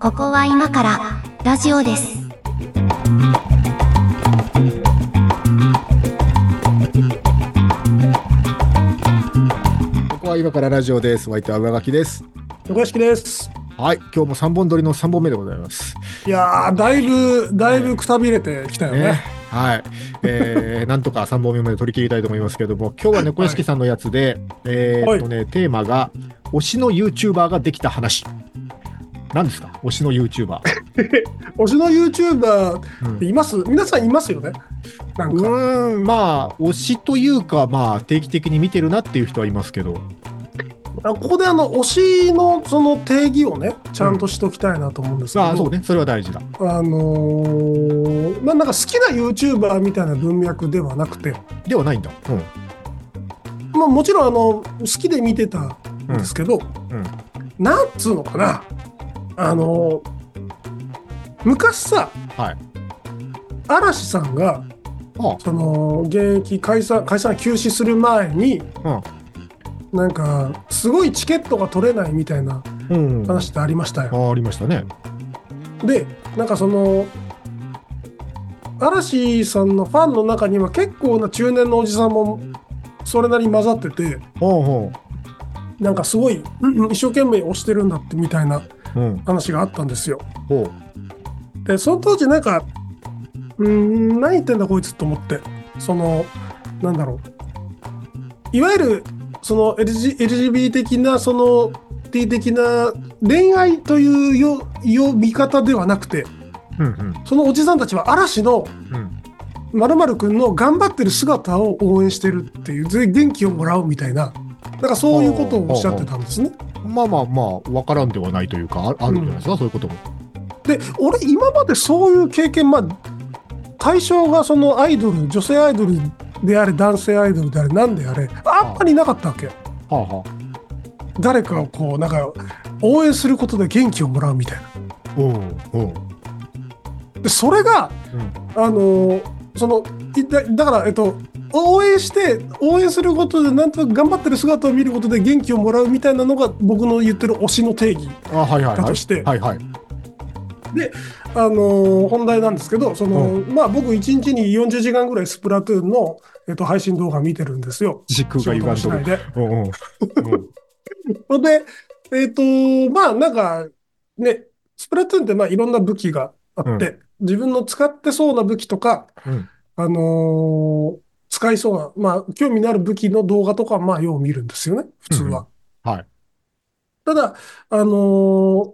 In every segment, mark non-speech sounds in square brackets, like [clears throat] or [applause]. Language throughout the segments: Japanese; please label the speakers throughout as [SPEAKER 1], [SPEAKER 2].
[SPEAKER 1] ここは今からラジオです。
[SPEAKER 2] ここは今からラジオです。ワイト上書きです。
[SPEAKER 3] 横屋敷です。
[SPEAKER 2] はい、今日も三本撮りの三本目でございます。
[SPEAKER 3] いやー、だいぶ、だいぶくたびれてきたよね。
[SPEAKER 2] ね、はい、え [laughs] ー、なんとか三本目まで取り切りたいと思いますけれども、今日はね小屋敷さんのやつで、えーっとね、テーマが推しのユーチューバーができた話。なんですか、推しのユーチューバー。
[SPEAKER 3] 推しの YouTuber
[SPEAKER 2] [laughs] う
[SPEAKER 3] って
[SPEAKER 2] ん
[SPEAKER 3] います、皆さんいますよね。なん
[SPEAKER 2] う
[SPEAKER 3] か、
[SPEAKER 2] ーんまあ推しというかまあ定期的に見てるなっていう人はいますけど、
[SPEAKER 3] あここであの、推しのその定義をね、ちゃんとしときたいなと思うんですけど、
[SPEAKER 2] まあそうねそれは大事だ。
[SPEAKER 3] あのーまあなんか好きな YouTuber みたいな文脈ではなくて、
[SPEAKER 2] ではないんだ。うん
[SPEAKER 3] まあもちろんあの、好きで見てたん
[SPEAKER 2] うん
[SPEAKER 3] ですけど、
[SPEAKER 2] うん
[SPEAKER 3] なんつうのかな、あのー昔さ、
[SPEAKER 2] はい。
[SPEAKER 3] 嵐さんが、
[SPEAKER 2] あ
[SPEAKER 3] その現役解散解散休止する前に
[SPEAKER 2] あ
[SPEAKER 3] なんかすごいチケットが取れないみたいな
[SPEAKER 2] うんうん。
[SPEAKER 3] 話ってありましたよ。
[SPEAKER 2] あありましたね。
[SPEAKER 3] でなんかその嵐さんのファンの中には結構な中年のおじさんもそれなりに混ざってて
[SPEAKER 2] ほうほ
[SPEAKER 3] なんかすごいうんうん一生懸命推してるんだってみたいな
[SPEAKER 2] う。うん。
[SPEAKER 3] 話があったんですよ。
[SPEAKER 2] ほう。
[SPEAKER 3] でその当時なんかうーん何言ってんだこいつと思ってそのなんだろういわゆるその LG LGB 的なその T 的な恋愛というよよ見方ではなくて
[SPEAKER 2] うんうん
[SPEAKER 3] そのおじさんたちは嵐の
[SPEAKER 2] うん。
[SPEAKER 3] まるくんの頑張ってる姿を応援してるっていうぜ元気をもらうみたいななんかそういうことをおっしゃってたんですね。
[SPEAKER 2] まあまあまあ、わからんではないというか、ああるんじゃないですか、そういうことも。
[SPEAKER 3] で俺今までそういう経験まあ対象がそのアイドル女性アイドルであれ男性アイドルであれなんであれあんまりなかったわけ
[SPEAKER 2] はあは
[SPEAKER 3] 誰かをこうなんか応援することで元気をもらうみたいな
[SPEAKER 2] あ。うん、うん。
[SPEAKER 3] でそれがあのーそのいだだからえっと応援して応援することでなんとなく頑張ってる姿を見ることで元気をもらうみたいなのが僕の言ってる推しの定義
[SPEAKER 2] あはいはい
[SPEAKER 3] だ
[SPEAKER 2] は
[SPEAKER 3] と
[SPEAKER 2] い。
[SPEAKER 3] して
[SPEAKER 2] はいはい。
[SPEAKER 3] あのー本題なんですけど、その、まあ僕一日に40時間ぐらいスプラトゥーンの、えっと、配信動画見てるんですよ。
[SPEAKER 2] 時空が
[SPEAKER 3] 仕事も
[SPEAKER 2] 歪
[SPEAKER 3] しない
[SPEAKER 2] んどる。
[SPEAKER 3] で。
[SPEAKER 2] うんうん。うん
[SPEAKER 3] ので、えっ、と、まあなんか、ね、スプラトゥーンってまあいろんな武器があって、自分の使ってそうな武器とか、
[SPEAKER 2] うん
[SPEAKER 3] あのー使いそうな、まあ興味のある武器の動画とかはまあよう見るんですよね、普通は。
[SPEAKER 2] うんはい。
[SPEAKER 3] ただ、あのー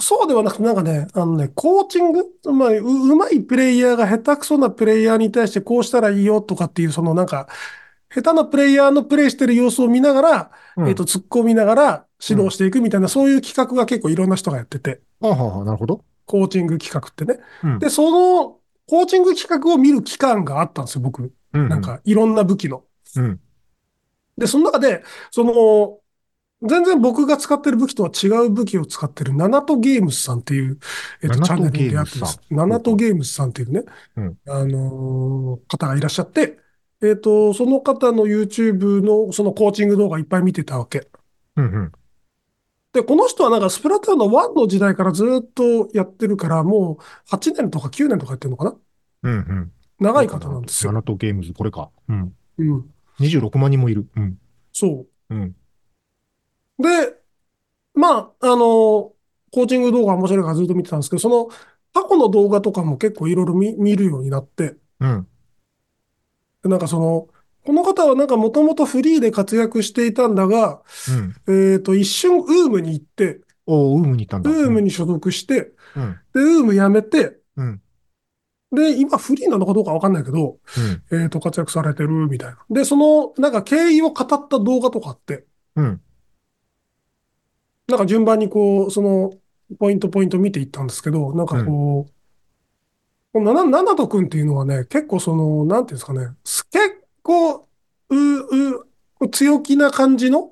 [SPEAKER 3] そうではなくて、なんかね、あのね、コーチング、まあ、う、うまいプレイヤーが下手くそなプレイヤーに対してこうしたらいいよとかっていう、そのなんか、下手なプレイヤーのプレイしてる様子を見ながら、
[SPEAKER 2] うん
[SPEAKER 3] えっと、突っ込みながら指導していくみたいな、そういう企画が結構いろんな人がやってて、
[SPEAKER 2] あはあはあ、なるほど。
[SPEAKER 3] コーチング企画ってね。
[SPEAKER 2] うん
[SPEAKER 3] で、その、コーチング企画を見る期間があったんですよ、僕。
[SPEAKER 2] うん
[SPEAKER 3] なん、か、いろんな武器の。
[SPEAKER 2] うん
[SPEAKER 3] で、その中で、その、全然僕が使ってる武器とは違う武器を使ってる、ナナトゲームスさんっていう、えっ
[SPEAKER 2] ナ
[SPEAKER 3] と、
[SPEAKER 2] ナト
[SPEAKER 3] チャンネルでやってます。ナナトゲームスさんっていうね、
[SPEAKER 2] うん
[SPEAKER 3] あのー方がいらっしゃって、えっと、その方の YouTube のそのコーチング動画いっぱい見てたわけ。
[SPEAKER 2] うんうん。
[SPEAKER 3] で、この人はなんかスプラトゥーンの1の時代からずっとやってるから、もう8年とか9年とかやってるのかな
[SPEAKER 2] うんうん。
[SPEAKER 3] 長い方なんですよ。
[SPEAKER 2] ナナトゲームズ、これか。うん。
[SPEAKER 3] うん。
[SPEAKER 2] 26万人もいる。うん。
[SPEAKER 3] そ
[SPEAKER 2] うん。
[SPEAKER 3] う。で、まあ、あのコーチング動画面白いからずっと見てたんですけど、その過去の動画とかも結構いろいろ見、見るようになって、
[SPEAKER 2] うん。
[SPEAKER 3] でなんかその、この方はなんかもともとフリーで活躍していたんだが、
[SPEAKER 2] うん。
[SPEAKER 3] えっと、一瞬ウームに行って、
[SPEAKER 2] おーウームに行ったんだ。
[SPEAKER 3] ウーム
[SPEAKER 2] に。
[SPEAKER 3] に所属して、
[SPEAKER 2] うん。
[SPEAKER 3] で、ウーム辞めて、
[SPEAKER 2] うん。
[SPEAKER 3] で、今フリーなのかどうかわかんないけど、
[SPEAKER 2] うん。
[SPEAKER 3] えーと、活躍されてるみたいな。で、その、なんか経緯を語った動画とかあって、
[SPEAKER 2] うん。
[SPEAKER 3] なんか順番にこう、その、ポイントポイント見ていったんですけど、なんかこう、このな、ななとくんっていうのはね、結構その、なんていうんですかね、す結構、う、う、強気な感じの、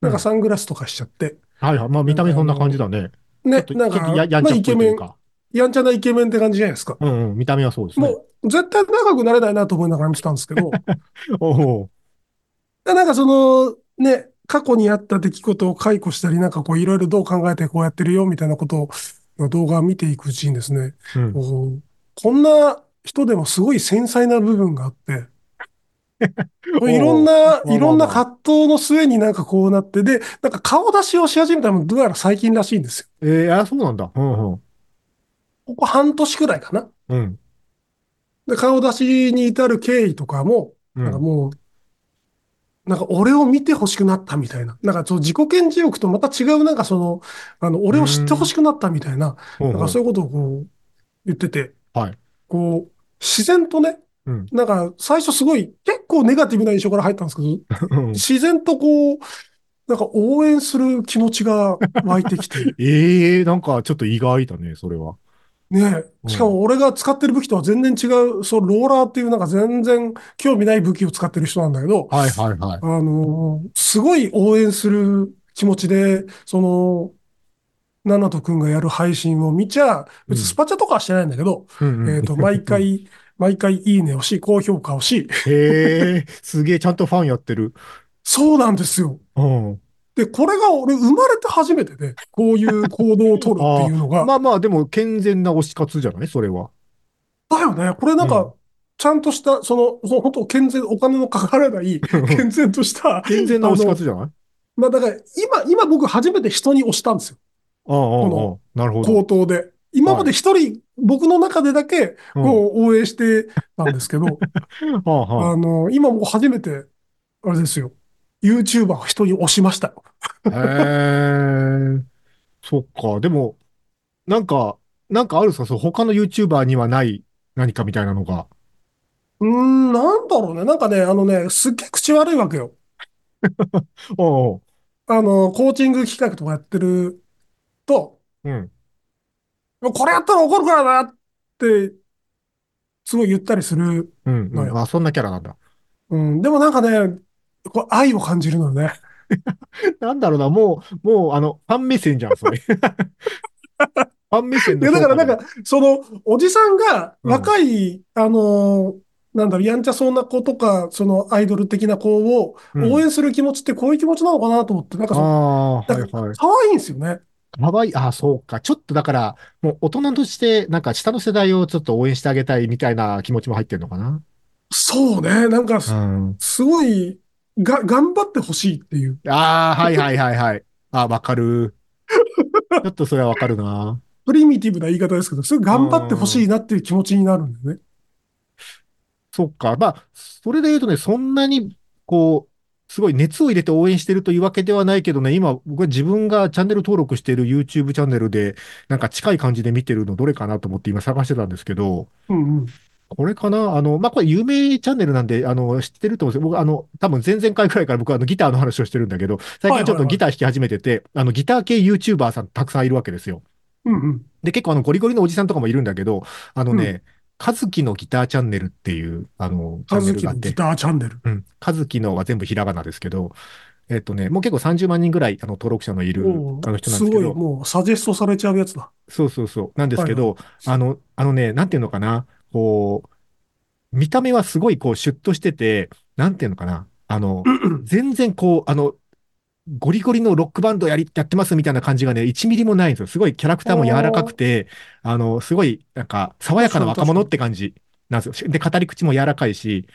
[SPEAKER 3] なんかサングラスとかしちゃって、
[SPEAKER 2] はいはい。まあ、見た目そんな感じだね。
[SPEAKER 3] ね、
[SPEAKER 2] ちょっと
[SPEAKER 3] なん
[SPEAKER 2] ちょっ
[SPEAKER 3] か、
[SPEAKER 2] とややん
[SPEAKER 3] ま
[SPEAKER 2] ちゃ
[SPEAKER 3] あ
[SPEAKER 2] っ
[SPEAKER 3] イ
[SPEAKER 2] ぽ
[SPEAKER 3] ケ
[SPEAKER 2] いと
[SPEAKER 3] メ
[SPEAKER 2] いう
[SPEAKER 3] ン、
[SPEAKER 2] か。
[SPEAKER 3] やんちゃなイケメンって感じじゃないですか。
[SPEAKER 2] うんうん。見た目はそうですね。
[SPEAKER 3] もう、絶対
[SPEAKER 2] [laughs]
[SPEAKER 3] 長くなれないなと思いながら見てたんですけど、
[SPEAKER 2] おお。
[SPEAKER 3] でなんかその、ね、過去にあった出来事を解雇したり、なんかこういろいろどう考えてこうやってるよみたいなことを動画を見ていくうちにですね、
[SPEAKER 2] うん
[SPEAKER 3] こうこんな人でもすごい繊細な部分があ
[SPEAKER 2] [laughs]
[SPEAKER 3] って、
[SPEAKER 2] おう
[SPEAKER 3] いろん
[SPEAKER 2] ま
[SPEAKER 3] な、
[SPEAKER 2] あ
[SPEAKER 3] いろんな葛藤の末になんかこうなって、で、なんか顔出しをし始めたのもどうやら最近らしいんですよ。
[SPEAKER 2] えー、あ、そうなんだ。うんうん。
[SPEAKER 3] ここ半年くらいかな。
[SPEAKER 2] うん。
[SPEAKER 3] で、顔出しに至る経緯とかも、
[SPEAKER 2] う
[SPEAKER 3] なんか
[SPEAKER 2] ん。
[SPEAKER 3] もう、なんか俺を見て欲しくなったみたいな。なんかその自己顕示欲とまた違う、なんかその、あの、俺を知って欲しくなったみたいな、
[SPEAKER 2] うん
[SPEAKER 3] なんかそういうことをこう、言ってて、
[SPEAKER 2] はい
[SPEAKER 3] こう、自然とね
[SPEAKER 2] うん、
[SPEAKER 3] なんか最初すごい、結構ネガティブな印象から入ったんですけど、
[SPEAKER 2] うん
[SPEAKER 3] 自然とこう、なんか応援する気持ちが湧いてき
[SPEAKER 2] [laughs]
[SPEAKER 3] て、
[SPEAKER 2] ええー、なんかちょっと意外だね、それは。
[SPEAKER 3] ねえ、しかも俺が使ってる武器とは全然違う、そう、ローラーっていうなんか全然興味ない武器を使ってる人なんだけど、
[SPEAKER 2] はいはいはい。
[SPEAKER 3] あのーすごい応援する気持ちで、その、ナナト君がやる配信を見ちゃ、別にスパチャとかはしてないんだけど、
[SPEAKER 2] うんうん
[SPEAKER 3] えっと、毎。回、毎回いいねをし、高評価をし、
[SPEAKER 2] へえ、すげえ、ちゃんとファンやってる。
[SPEAKER 3] そうなんですよ。
[SPEAKER 2] うん。
[SPEAKER 3] で、これが俺生まれて初めてで、こういう行動を取るっていうの
[SPEAKER 2] [laughs]
[SPEAKER 3] が、
[SPEAKER 2] まあまあ、でも健全な推し活じゃないそれ
[SPEAKER 3] [laughs]
[SPEAKER 2] は。
[SPEAKER 3] だよね。これなん
[SPEAKER 2] うん
[SPEAKER 3] か、ちゃんとした、その、その本当健全、お金のかからない、健全とした、
[SPEAKER 2] 健全な推し活じゃない
[SPEAKER 3] まあだから、今、今僕初めて人に押したんですよ。
[SPEAKER 2] ああ、ああ、ああ
[SPEAKER 3] こ
[SPEAKER 2] なるほ
[SPEAKER 3] 口
[SPEAKER 2] ど。
[SPEAKER 3] 頭で。今まで一人、僕の中でだけ、
[SPEAKER 2] うん
[SPEAKER 3] こう、応援してたんですけど、
[SPEAKER 2] はあはあ
[SPEAKER 3] あの、今もう初めて、あれですよ。YouTuber を人に押しましたよ。
[SPEAKER 2] へえ、そっか。でも、なんか、なんかあるんですかそう、他の YouTuber にはない何かみたいなのが。
[SPEAKER 3] うーん、なんだろうね。なんかね、あのね、すっげえ口悪いわけよ。
[SPEAKER 2] おう
[SPEAKER 3] あの、コーチング企画とかやってると、
[SPEAKER 2] おううん。
[SPEAKER 3] もうこれやったら怒るからなって、すごい言ったりする。
[SPEAKER 2] うん、う
[SPEAKER 3] はい
[SPEAKER 2] ん。あ、そんなキャラなんだ。
[SPEAKER 3] うん、でもなんかね、こう愛を感じるのね。
[SPEAKER 2] [laughs] なんだろうな、もう、もう、あの、ファン目線じゃん、そ
[SPEAKER 3] [laughs]
[SPEAKER 2] れ。ファン目線
[SPEAKER 3] い
[SPEAKER 2] の
[SPEAKER 3] や、だからなん
[SPEAKER 2] 評価だ
[SPEAKER 3] か、その、おじさんが若い、あのーなんだろう、やんちゃそうな子とか、そのアイドル的な子を
[SPEAKER 2] うん
[SPEAKER 3] 応援する気持ちってこういう気持ちなのかなと思って、なんかその、
[SPEAKER 2] ああ、
[SPEAKER 3] なん
[SPEAKER 2] はいはい。
[SPEAKER 3] 可愛いんですよね。
[SPEAKER 2] かわいい。ああ、そうか。ちょっとだから、もう大人として、なんか下の世代をちょっと応援してあげたいみたいな気持ちも入ってるのかな。
[SPEAKER 3] そうね、なんかす、
[SPEAKER 2] うん。
[SPEAKER 3] すごい、が、頑張ってほしいっていう。
[SPEAKER 2] ああ、はいはいはいはい。ああ、わかる。ちょっとそれはわかるな。
[SPEAKER 3] プリミティブな言い方ですけど、すごい頑張ってほしいなっていう気持ちになるんだよね。
[SPEAKER 2] そっか。まあ、それで言うとね、そんなに、こう、すごい熱を入れて応援してるというわけではないけどね、今、僕は自分がチャンネル登録している YouTube チャンネルで、なんか近い感じで見てるのどれかなと思って今探してたんですけど、
[SPEAKER 3] うんうん。
[SPEAKER 2] これかなあの、まあ、これ有名チャンネルなんで、あの、知ってると思うんですよ。僕、あの、多分前々回くらいから僕はあのギターの話をしてるんだけど、最近ちょっとギター弾き始めてて、あの、ギター系 YouTuber さんたくさんいるわけですよ。
[SPEAKER 3] うんうん。
[SPEAKER 2] で、結構あの、ゴリゴリのおじさんとかもいるんだけど、あの
[SPEAKER 3] う
[SPEAKER 2] ね、カズキのギターチャンネルっていう、あの、チャ
[SPEAKER 3] カ
[SPEAKER 2] ンネ
[SPEAKER 3] ズ
[SPEAKER 2] ル
[SPEAKER 3] キ
[SPEAKER 2] があ
[SPEAKER 3] の
[SPEAKER 2] って
[SPEAKER 3] ギ、ターチャンネル。
[SPEAKER 2] うん。カズキのは全部ひらがなですけど、えっとね、もう結構30万人ぐらい、あの、登録者のいる、
[SPEAKER 3] おう
[SPEAKER 2] あの人なん
[SPEAKER 3] す
[SPEAKER 2] ですけ
[SPEAKER 3] ごい、
[SPEAKER 2] ど、
[SPEAKER 3] もうサジェストされちゃうやつだ。
[SPEAKER 2] そうそうそう、なんですけど、あの、あのね、なんていうのかな、こう、見た目はすごいこう、シュッとしてて、なんていうのかな、あの、全然こう、あの、ゴリゴリのロックバンドやり、やってますみたいな感じがね、1ミリもないんですよ。すごいキャラクターも柔らかくて、あの、すごい、なんか、爽やかな若者って感じなんですよ。で、語り口も柔らかいし、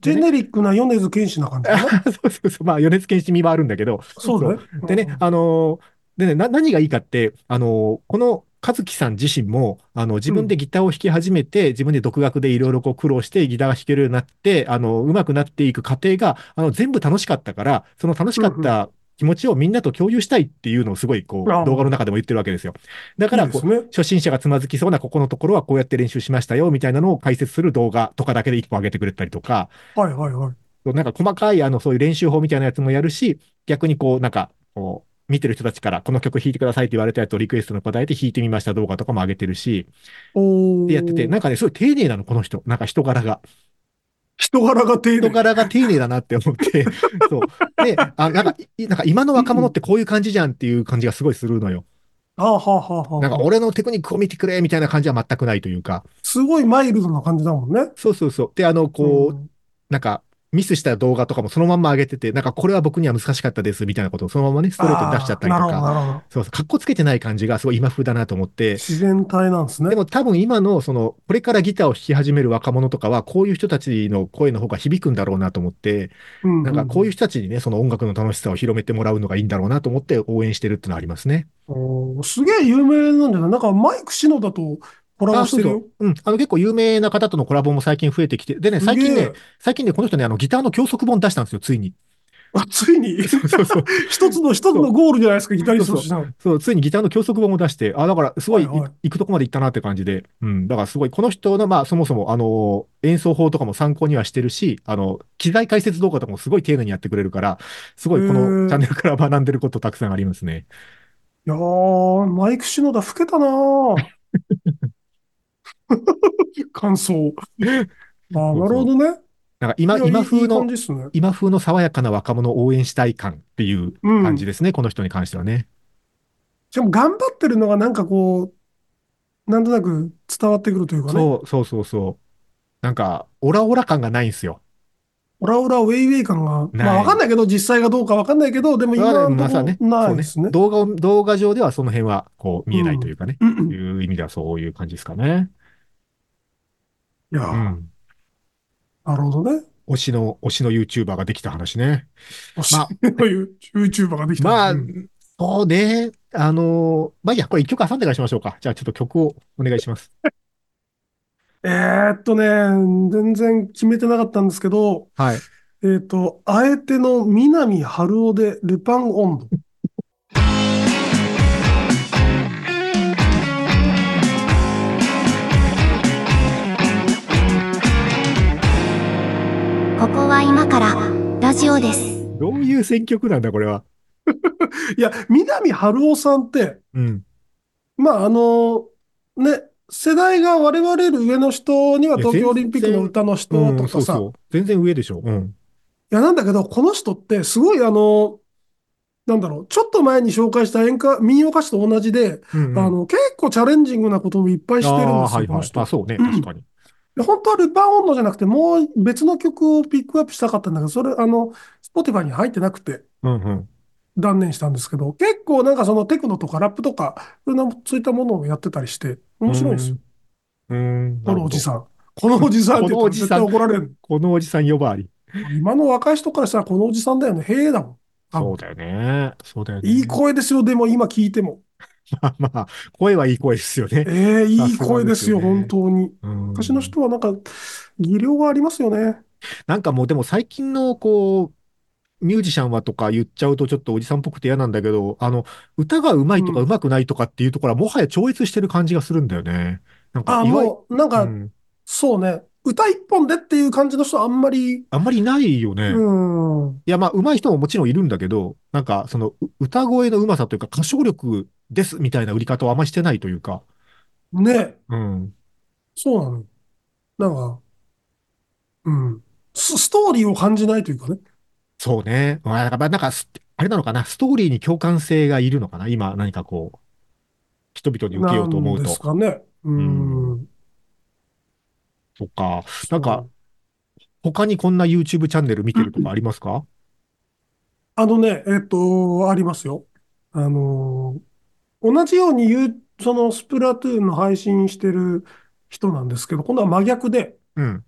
[SPEAKER 3] ジ
[SPEAKER 2] で
[SPEAKER 3] ェ
[SPEAKER 2] ね
[SPEAKER 3] ネリックな米津玄師な感じだね。
[SPEAKER 2] [laughs] そうそうそう。まあ、米津玄師味はあるんだけど。
[SPEAKER 3] そうだね。
[SPEAKER 2] でね、あのーでね、な、何がいいかって、あのーこの、和樹さん自身も、あの、自分でギターを弾き始めて、自分で独学でいろいろこう苦労してギターが弾けるようになって、あの、上手くなっていく過程が、あの、全部楽しかったから、その楽しかった気持ちをみんなと共有したいっていうのをすごい、こう、
[SPEAKER 3] あー
[SPEAKER 2] 動画の中でも言ってるわけですよ。だから、
[SPEAKER 3] いいで
[SPEAKER 2] こ
[SPEAKER 3] す
[SPEAKER 2] う、
[SPEAKER 3] ね。
[SPEAKER 2] 初心者がつまずきそうなここのところはこうやって練習しましたよ、みたいなのを解説する動画とかだけで一本上げてくれたりとか、
[SPEAKER 3] はいはいはい。
[SPEAKER 2] そうなんか細かい、あの、そういう練習法みたいなやつもやるし、逆にこう、なんか、こう、見てる人たちから、この曲弾いてくださいって言われたやつをリクエストに答えて弾いてみました動画とかも上げてるし、
[SPEAKER 3] お
[SPEAKER 2] でやってて、
[SPEAKER 3] ー
[SPEAKER 2] なんかね、すごい丁寧なの、この人。なんか人柄が。
[SPEAKER 3] 人柄が丁
[SPEAKER 2] 人
[SPEAKER 3] 寧。
[SPEAKER 2] 柄が丁寧だなって思って、 [laughs] そう。で、あ、なんか、いなんか今の若者ってこういう感じじゃんっていう感じがすごいするのよ。
[SPEAKER 3] ああ、はあはあはあ。
[SPEAKER 2] なんか、俺のテクニックを見てくれみたいな感じは全くないというか。
[SPEAKER 3] すごいマイルドな感じだもんね。
[SPEAKER 2] そうそうそう。で、あの、こう、
[SPEAKER 3] うん
[SPEAKER 2] なんか、ミスした動画とかもそのまんま上げてて、なんかこれは僕には難しかったですみたいなことをそのままね、ストレートに出しちゃったりと
[SPEAKER 3] あーなるほ
[SPEAKER 2] か、
[SPEAKER 3] ど、なるほど。
[SPEAKER 2] そうそう、かっこつけてない感じがすごい今風だなと思って、
[SPEAKER 3] 自然体なんですね。
[SPEAKER 2] でも多分今のその、これからギターを弾き始める若者とかは、こういう人たちの声の方が響くんだろうなと思って、
[SPEAKER 3] うん
[SPEAKER 2] なんかこういう人たちにね、その音楽の楽しさを広めてもらうのがいいんだろうなと思って応援してるってのはありますね。
[SPEAKER 3] おーすげえ有名なんじゃないなんかマイク篠田とコラボ
[SPEAKER 2] あ
[SPEAKER 3] し
[SPEAKER 2] そう
[SPEAKER 3] て
[SPEAKER 2] そ
[SPEAKER 3] るよ
[SPEAKER 2] う。。うん。あの結構有名な方とのコラボも最近増えてきて、でね、最近
[SPEAKER 3] すげ
[SPEAKER 2] ね
[SPEAKER 3] え、。
[SPEAKER 2] 最近ね、この人ね、あのギターの教則本出したんですよ、つ
[SPEAKER 3] [laughs]
[SPEAKER 2] いに。
[SPEAKER 3] あつ
[SPEAKER 2] [laughs]
[SPEAKER 3] いに、
[SPEAKER 2] そうそうそう。
[SPEAKER 3] 一つの、一つのゴールじゃないですか、ギタリストとしての。
[SPEAKER 2] そう、ついにギターの教則本を出して、あ、だから、すごい、い
[SPEAKER 3] はいはい
[SPEAKER 2] 行くとこまで行ったなって感じで、うん、だからすごい、この人の、まあ、そもそも、あの、演奏法とかも参考にはしてるし、あの、機材解説動画とかもすごい丁寧にやってくれるから、すごい、こ
[SPEAKER 3] へー
[SPEAKER 2] のチャンネルから学んでることたくさんあります
[SPEAKER 3] [laughs]
[SPEAKER 2] ね。
[SPEAKER 3] いやー、マイク篠田老けたなー
[SPEAKER 2] [laughs]
[SPEAKER 3] 感想。あー、なるほどね。
[SPEAKER 2] なんか、今、
[SPEAKER 3] いや
[SPEAKER 2] 今
[SPEAKER 3] いい
[SPEAKER 2] 風
[SPEAKER 3] 感
[SPEAKER 2] の、
[SPEAKER 3] じですね。
[SPEAKER 2] 今風の爽やかな若者を応援したい感っていう
[SPEAKER 3] うん。
[SPEAKER 2] 感じですね、この人に関してはね。
[SPEAKER 3] しかも頑張ってるのがなんかこう、なんとなく伝わってくるというかね。
[SPEAKER 2] そう、そうそうそう。なんか、オラオラ感がないんですよ。
[SPEAKER 3] オラオラウェイウェイ感が、
[SPEAKER 2] ない
[SPEAKER 3] まあわかんないけど、実際がどうかわかんないけど、でも今
[SPEAKER 2] まあ
[SPEAKER 3] んと
[SPEAKER 2] ま
[SPEAKER 3] こ
[SPEAKER 2] さね、
[SPEAKER 3] な
[SPEAKER 2] そ
[SPEAKER 3] いうで
[SPEAKER 2] ね
[SPEAKER 3] すね。
[SPEAKER 2] 動画を、動画上ではその辺は、こう、見えないというかね。
[SPEAKER 3] うんうんい
[SPEAKER 2] いう意味ではそういう感じですかね。
[SPEAKER 3] や
[SPEAKER 2] う
[SPEAKER 3] ー、
[SPEAKER 2] ん。
[SPEAKER 3] なるほどね。
[SPEAKER 2] 推しの、推しの YouTuber ができた話ね。まあ
[SPEAKER 3] [laughs] という YouTuber ができた。
[SPEAKER 2] まあ
[SPEAKER 3] うん、
[SPEAKER 2] そうね。あのーまあ、いいや、これ一曲挟んでからしましょうか。じゃあちょっと曲をお願いします。
[SPEAKER 3] えーっとね、全然決めてなかったんですけど、
[SPEAKER 2] はい。
[SPEAKER 3] えーっと、あえての南春夫でルパン温
[SPEAKER 2] [laughs]
[SPEAKER 3] 度。
[SPEAKER 1] ここは今からラジオです。
[SPEAKER 2] どういう選曲なんだ、これは。
[SPEAKER 3] いや、南春夫さんって、
[SPEAKER 2] うん。
[SPEAKER 3] まあ、あの、ね、世代が我々より上の人にはい
[SPEAKER 2] や
[SPEAKER 3] 東京オリンピックの歌の人
[SPEAKER 2] う
[SPEAKER 3] と
[SPEAKER 2] ん、
[SPEAKER 3] か
[SPEAKER 2] そう
[SPEAKER 3] さ、
[SPEAKER 2] そう。全然上でしょ。うん。
[SPEAKER 3] いや、なんだけど、この人ってすごいあの、なんだろう、ちょっと前に紹介した演歌、民謡歌手と同じで、
[SPEAKER 2] うんうん、
[SPEAKER 3] あの、結構チャレンジングなこともいっぱいしてる
[SPEAKER 2] あ
[SPEAKER 3] んで
[SPEAKER 2] ー
[SPEAKER 3] す
[SPEAKER 2] は
[SPEAKER 3] よ、
[SPEAKER 2] い
[SPEAKER 3] こ
[SPEAKER 2] は
[SPEAKER 3] の
[SPEAKER 2] い。
[SPEAKER 3] 人
[SPEAKER 2] あ、。そうね。
[SPEAKER 3] うん
[SPEAKER 2] 確かに。
[SPEAKER 3] で本当はルパン音頭じゃなくて、もう別の曲をピックアップしたかったんだけど、それ、あの、Spotify に入ってなくて
[SPEAKER 2] うんうん。
[SPEAKER 3] 断念したんですけど、結構なんかそのテクノとかラップとか、そういうのそういったものをやってたりして、面白いんですよ。
[SPEAKER 2] うん。
[SPEAKER 3] このおじ
[SPEAKER 2] ん。
[SPEAKER 3] さん。このおじさんって言ったら絶対
[SPEAKER 2] このおじ
[SPEAKER 3] 怒られる。
[SPEAKER 2] このおじさん呼ばわり。
[SPEAKER 3] 今の若い人からしたらこのおじさんだよね。へえだもん。多分
[SPEAKER 2] そうだよね。そうだよね。
[SPEAKER 3] いい。声ですよ、でも今聞いても。
[SPEAKER 2] [laughs] まあまあ、声はいい声ですよね。
[SPEAKER 3] ええ、いい
[SPEAKER 2] さすが
[SPEAKER 3] 声ですよ、
[SPEAKER 2] ですよね
[SPEAKER 3] 本当に。
[SPEAKER 2] うん。
[SPEAKER 3] 昔の人はなんか、技量がありますよね。
[SPEAKER 2] なんかもうでも最近のこう、ミュージシャンはとか言っちゃうとちょっとおじさんっぽくて嫌なんだけど、あの、歌が上手いとか
[SPEAKER 3] うん
[SPEAKER 2] 上手くないとかっていうところはもはや超越してる感じがするんだよね。なん
[SPEAKER 3] あ
[SPEAKER 2] か、
[SPEAKER 3] あ、
[SPEAKER 2] いわゆる、
[SPEAKER 3] もう、なんか、
[SPEAKER 2] うん
[SPEAKER 3] そうね。歌一本でっていう感じの人はあんまり、
[SPEAKER 2] あんまりないよね。
[SPEAKER 3] う
[SPEAKER 2] い
[SPEAKER 3] ん。
[SPEAKER 2] や、まあ、上手い人ももちろんいるんだけど、なんか、その、う歌声の上手さというか、歌唱力ですみたいな売り方をあんまりしてないというか、
[SPEAKER 3] ね。
[SPEAKER 2] うん。
[SPEAKER 3] そうなのよ。なんか、うん。ス、ストーリーを感じないというかね。
[SPEAKER 2] そうね。まあ、だからなんかす、あれなのかな、ストーリーに共感性がいるのかな、今、何かこう、人々に受けようと思う
[SPEAKER 3] なんで
[SPEAKER 2] と。
[SPEAKER 3] すかね。うん。
[SPEAKER 2] そっか。なんか、他にこんな YouTube チャンネル見てるとかありますか
[SPEAKER 3] あのね、えっと、ありますよ。あのー、同じように言う、そのスプラトゥーンの配信してる人なんですけど、今度は真逆で、
[SPEAKER 2] うん。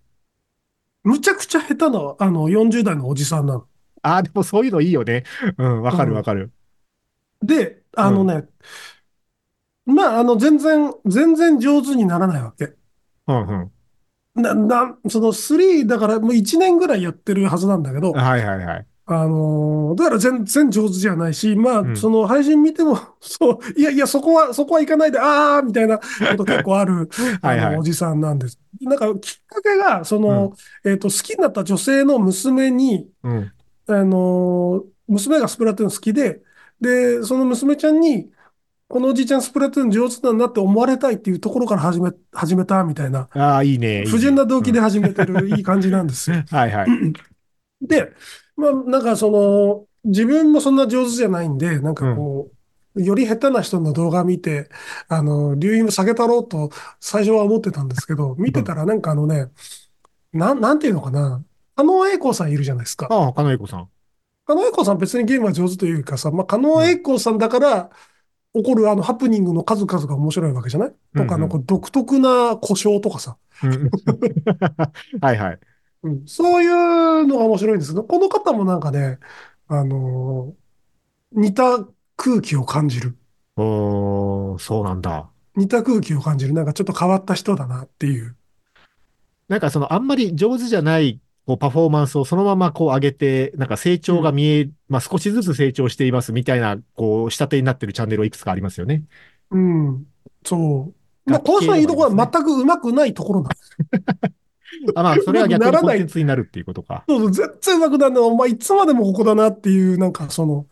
[SPEAKER 3] むちゃくちゃ下手な、あの、40代のおじさんなの。
[SPEAKER 2] ああ、でもそういうのいいよね。うん、わかるわかる。
[SPEAKER 3] で、あのね、まあ、あの、全然、全然上手にならないわけ。
[SPEAKER 2] うんうん。
[SPEAKER 3] な、な、その3、だからもう1年ぐらいやってるはずなんだけど、
[SPEAKER 2] はいはいはい。
[SPEAKER 3] あのーだから全然上手じゃないし、まあ、
[SPEAKER 2] うん
[SPEAKER 3] その配信見ても、 [laughs] そう、いやいや、そこは、そこは行かないで、あーみたいなこと結構ある、
[SPEAKER 2] [laughs] はい
[SPEAKER 3] あ
[SPEAKER 2] はい
[SPEAKER 3] の、お。じさんなんです。なんか、きっかけが、その、えっと、好きになった女性の娘に、
[SPEAKER 2] うん。
[SPEAKER 3] あのー娘がスプラトゥーン好きで、で、その娘ちゃんに、このおじちゃんスプラトゥーン上手なんだって思われたいっていうところから始め、始めたみたいな、
[SPEAKER 2] ああ、いいね。いいね
[SPEAKER 3] 不純な動機で。始めてる、いい感じなんです
[SPEAKER 2] [laughs]
[SPEAKER 3] よ
[SPEAKER 2] うんはい
[SPEAKER 3] [clears throat]
[SPEAKER 2] はい。
[SPEAKER 3] で、まあ、なんかその、自分もそんな上手じゃないんで、なんかこう、より下手な人の動画見て、あの、流飲を下げたろうと最初は思ってたんですけど、見てたらなんかあのね、なん、なんていうのかな、加納栄子さんいるじゃないですか。
[SPEAKER 2] ああ、金井子さん。
[SPEAKER 3] 加納栄子さん別にゲームは上手というかさ、まあ、加納栄子さんだから起こるあのハプニングの数々が面白いわけじゃないとか、あ
[SPEAKER 2] うんう
[SPEAKER 3] の
[SPEAKER 2] ん
[SPEAKER 3] こう独特な故障とかさ、
[SPEAKER 2] うん [laughs] はいはい。
[SPEAKER 3] うん、そういうのが面白いんですけど、この方もなんかね、あのー似た空気を感じる。
[SPEAKER 2] おー、そうなんだ。
[SPEAKER 3] 似た空気を感じる。なんかちょっと変わった人だなっていう。
[SPEAKER 2] なんかそのあんまり上手じゃないこうパフォーマンスをそのままこう上げて、なんか成長が見え、まあ少しずつ成長していますみたいな、こう、仕立てになってるチャンネルはいくつかありますよね。
[SPEAKER 3] うん。そう。まあ、
[SPEAKER 2] 楽器
[SPEAKER 3] この人のいいところ
[SPEAKER 2] 系の
[SPEAKER 3] は全く上手くないところなんです
[SPEAKER 2] あ、まあそれは逆
[SPEAKER 3] な
[SPEAKER 2] に
[SPEAKER 3] ら
[SPEAKER 2] コ
[SPEAKER 3] な
[SPEAKER 2] ン
[SPEAKER 3] い
[SPEAKER 2] テンツになるっていうことか。
[SPEAKER 3] そうそう、全然上手くなんない。お前いつまでもここだなっていう、なんかその、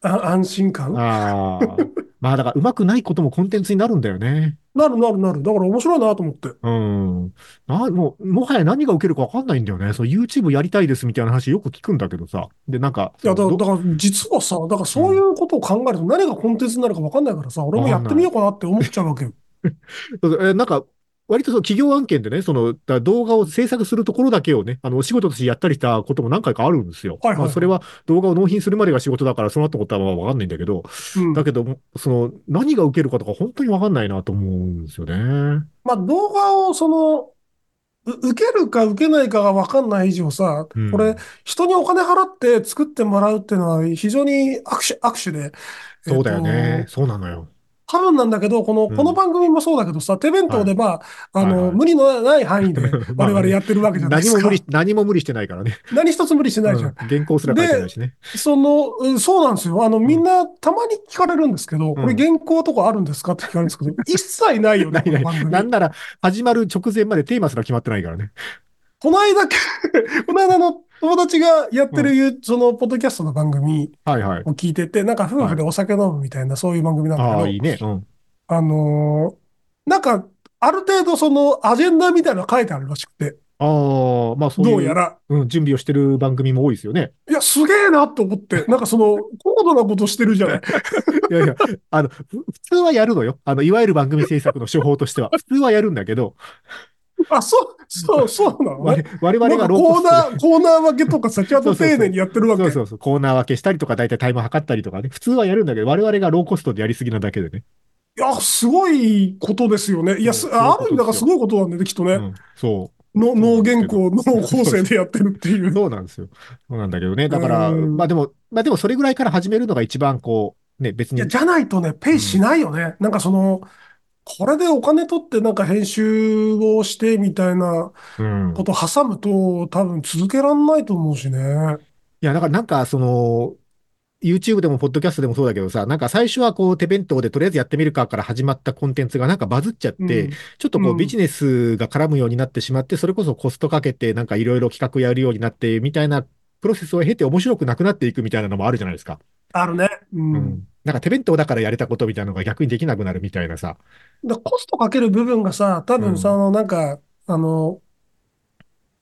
[SPEAKER 3] あ安心感。
[SPEAKER 2] ああ。
[SPEAKER 3] [laughs]
[SPEAKER 2] まあだからうまくないこともコンテンツになるんだよね。
[SPEAKER 3] なるなるなる。だから面白いなと思って。
[SPEAKER 2] うん。な、もう、もはや何が受けるかわかんないんだよね。そう、YouTube やりたいですみたいな話よく聞くんだけどさ。で、なんか、
[SPEAKER 3] いや、だ
[SPEAKER 2] ど
[SPEAKER 3] だから実はさ、だからそういうことを考えると何がコンテンツになるか分かんないからさ、俺もやってみようかなって思っちゃうわけよ。
[SPEAKER 2] えなんか、割とその企業案件でね、そのだから動画を制作するところだけをね、あのお仕事としてやったりしたことも何回かあるんですよ。
[SPEAKER 3] はいはいはい
[SPEAKER 2] まあ、それは動画を納品するまでが仕事だから、その後のことはわかんないんだけど、
[SPEAKER 3] うん
[SPEAKER 2] だけど、その何が受けるかとか本当にわかんないなと思うんですよね。
[SPEAKER 3] まあ動画をその、う受けるか受けないかが分かんない以上さ、
[SPEAKER 2] うん
[SPEAKER 3] これ、人にお金払って作ってもらうっていうのは非常に握手、握手で、えっ
[SPEAKER 2] そうだよね。
[SPEAKER 3] と、
[SPEAKER 2] そうなのよ。
[SPEAKER 3] 多分なんだけど、この、
[SPEAKER 2] うん
[SPEAKER 3] この番組もそうだけどさ、手弁当でまあ、あ
[SPEAKER 2] はい
[SPEAKER 3] の、
[SPEAKER 2] はい
[SPEAKER 3] 無理のない
[SPEAKER 2] [laughs]
[SPEAKER 3] 範囲で
[SPEAKER 2] まあね
[SPEAKER 3] 我々やってるわけじゃないで
[SPEAKER 2] 何
[SPEAKER 3] す
[SPEAKER 2] も
[SPEAKER 3] か。
[SPEAKER 2] 無理、何も無理してないからね。
[SPEAKER 3] 何一つ無理してないじゃん。
[SPEAKER 2] うん原稿すら書いてないしね。
[SPEAKER 3] その、うんそうなんですよ。あの、みんな、たまに聞かれるんですけど、これ原稿とかあるんですかって聞かれるんですけど、一切ないよね、
[SPEAKER 2] [laughs] ないない
[SPEAKER 3] この番組
[SPEAKER 2] なんなら、始まる直前までテーマすら決まってないからね。
[SPEAKER 3] この間、 [laughs] この間の友達がやってる、その、ポッドキャストの番組
[SPEAKER 2] はいはい。
[SPEAKER 3] を聞いてて、なんか夫婦でお酒飲むみたいな、そういう番組なんだけ
[SPEAKER 2] あ
[SPEAKER 3] ど、
[SPEAKER 2] あ、いいね。うん。
[SPEAKER 3] あのーなんか、ある程度その、アジェンダみたいなの書いてあるらしくて、
[SPEAKER 2] ああ、まあそういう。
[SPEAKER 3] どうやら。
[SPEAKER 2] うん、準備をしてる番組も多いですよ [laughs] ね。
[SPEAKER 3] いや、すげえなと
[SPEAKER 2] [laughs]
[SPEAKER 3] 思って、なんかその、高度なことしてるじゃない。
[SPEAKER 2] いやいや、あの、ふ普通はやるのよ。あの、いわゆる番組制作の手法として [laughs] は。普通はやるんだけど、
[SPEAKER 3] あ、そう、そう、そうなのね
[SPEAKER 2] 我我々
[SPEAKER 3] なん
[SPEAKER 2] が
[SPEAKER 3] か
[SPEAKER 2] ロ
[SPEAKER 3] コーナ
[SPEAKER 2] ー
[SPEAKER 3] ー、コーナー分けとかさ、ちゃんと丁寧にやってるわ
[SPEAKER 2] そ
[SPEAKER 3] け
[SPEAKER 2] う。そうそう、コーナー分けしたりとか、だいたいタイム測ったりとかね。普通はやるんだけど、我々がローコストでやりすぎなだけでね。
[SPEAKER 3] いや、すごいことですよね。いや、す
[SPEAKER 2] そうそういう
[SPEAKER 3] あ
[SPEAKER 2] こと
[SPEAKER 3] るんだからすごいことなんだよね、きっと
[SPEAKER 2] う
[SPEAKER 3] ね。
[SPEAKER 2] ん、そ。
[SPEAKER 3] の脳原稿、脳構成でやってるっていうう。
[SPEAKER 2] そうなんですよ。そうなんだけどね。だから、
[SPEAKER 3] うん
[SPEAKER 2] まあでも、まあでもそれぐらいから始めるのが一番こう、ね、別
[SPEAKER 3] い
[SPEAKER 2] に
[SPEAKER 3] や、。じゃないとね、ペイしないよね。なんかその、これでお金取ってなんか編集をしてみたいな
[SPEAKER 2] うん
[SPEAKER 3] こと挟むと多分続けらんないと思うしね。
[SPEAKER 2] いや、だからなんか、その、YouTube でも、ポッドキャストでもそうだけどさ、なんか最初はこう、手弁当でとりあえずやってみるかから始まったコンテンツがなんかバズっちゃっ
[SPEAKER 3] う
[SPEAKER 2] て、
[SPEAKER 3] ん
[SPEAKER 2] ちょっとこ
[SPEAKER 3] う
[SPEAKER 2] うんビジネスが絡むようになってしまって、それこそコストかけて、なんかいろいろ企画やるようになって、みたいなプロセスを経て面白くなくなっていくみたいなのもあるじゃないですか。
[SPEAKER 3] あるね。う。
[SPEAKER 2] うんん。なんか手弁当だからやれたことみたいなのが逆にできなくなるみたいなさ。
[SPEAKER 3] だからコストかける部分がさ、多
[SPEAKER 2] う
[SPEAKER 3] 分
[SPEAKER 2] ん
[SPEAKER 3] そのなんか、あの、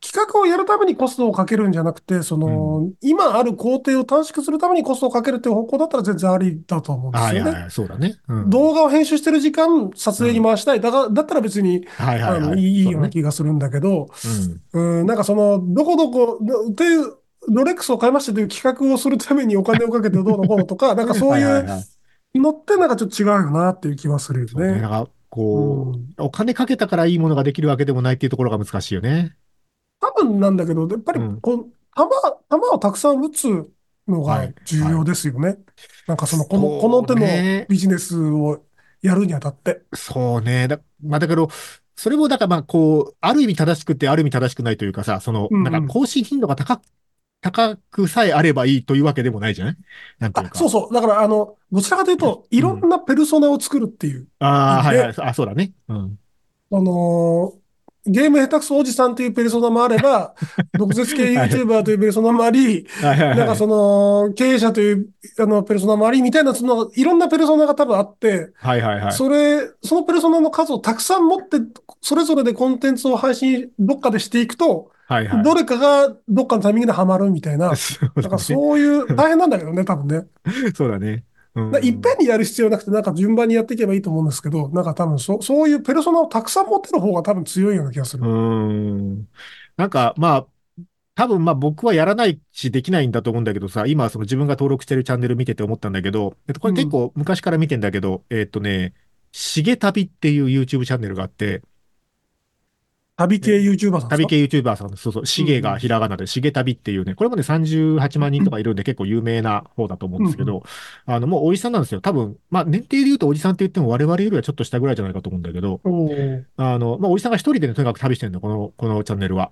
[SPEAKER 3] 企画をやるためにコストをかけるんじゃなくて、その、今ある工程を短縮するためにコストをかけるっていう方向だったら全然ありだと思うんです
[SPEAKER 2] ああ、い
[SPEAKER 3] よ
[SPEAKER 2] やい
[SPEAKER 3] ね。
[SPEAKER 2] や、そうだね。うん。
[SPEAKER 3] 動画を編集してる時間、撮影に回したい。だが、だったら別に、
[SPEAKER 2] はい
[SPEAKER 3] あ
[SPEAKER 2] はい
[SPEAKER 3] の、
[SPEAKER 2] はい。
[SPEAKER 3] いい
[SPEAKER 2] そうだ
[SPEAKER 3] ような
[SPEAKER 2] ね。
[SPEAKER 3] 気がするんだけど、
[SPEAKER 2] うん。
[SPEAKER 3] うん、なんかその、どこどこ、どっていう、ロレックスを買いましたという企画をするためにお金をかけてどうのこうの
[SPEAKER 2] [laughs]
[SPEAKER 3] とか、なんかそうい
[SPEAKER 2] はいはいは
[SPEAKER 3] う
[SPEAKER 2] い
[SPEAKER 3] のってなんかちょっと違うよなっていう気はするよ
[SPEAKER 2] そうね。
[SPEAKER 3] ね。
[SPEAKER 2] なんか、
[SPEAKER 3] う
[SPEAKER 2] こ
[SPEAKER 3] ん
[SPEAKER 2] う、お金かけたからいいものができるわけでもないっていうところが難しいよね。
[SPEAKER 3] 多分なんだけど、やっぱり
[SPEAKER 2] うん
[SPEAKER 3] こう、球、球をたくさん打つのが
[SPEAKER 2] はい
[SPEAKER 3] 重要ですよね。なんかその、この、
[SPEAKER 2] そうね
[SPEAKER 3] この手のビジネスをやるにあたって。
[SPEAKER 2] そうね。だ、まあ、だけど、それも、だから、まあ、こう、ある意味正しくって、ある意味正しくないというかさ、その、
[SPEAKER 3] うんうん
[SPEAKER 2] なんか、更新頻度が高く、高くさえあればいいというわけでもないじゃないなんていう
[SPEAKER 3] あ、
[SPEAKER 2] か。
[SPEAKER 3] そうそう。だから、あの、どちらかというと、いろんなペルソナを作るっていう。
[SPEAKER 2] ああ、はい
[SPEAKER 3] ね
[SPEAKER 2] はい。あ、そうだね。うん。
[SPEAKER 3] あのーゲーム下手くそおじさんというペルソナもあ
[SPEAKER 2] [laughs]
[SPEAKER 3] れば、毒舌系 YouTuber というペルソナもあり、
[SPEAKER 2] はいはいはい。
[SPEAKER 3] なんかその、経営者という、あの、ペルソナもあり、みたいな、その、いろんなペルソナが多分あって、
[SPEAKER 2] はいはいはい。
[SPEAKER 3] それ、そのペルソナの数をたくさん持って、それぞれでコンテンツを配信、どっかでしていくと、
[SPEAKER 2] はいはい。
[SPEAKER 3] どれかがどっかのタイミングでハマるみたい
[SPEAKER 2] [laughs]
[SPEAKER 3] な。
[SPEAKER 2] そう
[SPEAKER 3] だから
[SPEAKER 2] だね。
[SPEAKER 3] そういう、大変なんだけどね、多分ね。
[SPEAKER 2] そうだね。うん
[SPEAKER 3] だからいっぺんにやる必要なくて、なんか順番にやっていけばいいと思うんですけど、なんか多分そ、そういうペルソナをたくさん持ってる方が多分強いような気がす
[SPEAKER 2] う
[SPEAKER 3] る。
[SPEAKER 2] ーん。なんか、まあ、多分まあ僕はやらないしできないんだと思うんだけどさ、今その自分が登録してるチャンネル見てて思ったんだけど、えっとこれ結構昔から見てんだけど、えっとね、しげ旅っていう YouTube チャンネルがあって、
[SPEAKER 3] 旅系 YouTuber さんですか
[SPEAKER 2] 旅系 YouTuber さん、そうそう、しげがひらがなで、しげ旅っていうね、これもね38万人とかいるんで結構有名な方だと思うんですけど、あの、もうおじさんなんですよ。多分、まあ年齢で言うとおじさんって言っても我々よりはちょっと下ぐらいじゃないかと思うんだけど、
[SPEAKER 3] おー
[SPEAKER 2] あの、まあおじさんが一人でね、とにかく旅してるの、この、このチャンネルは。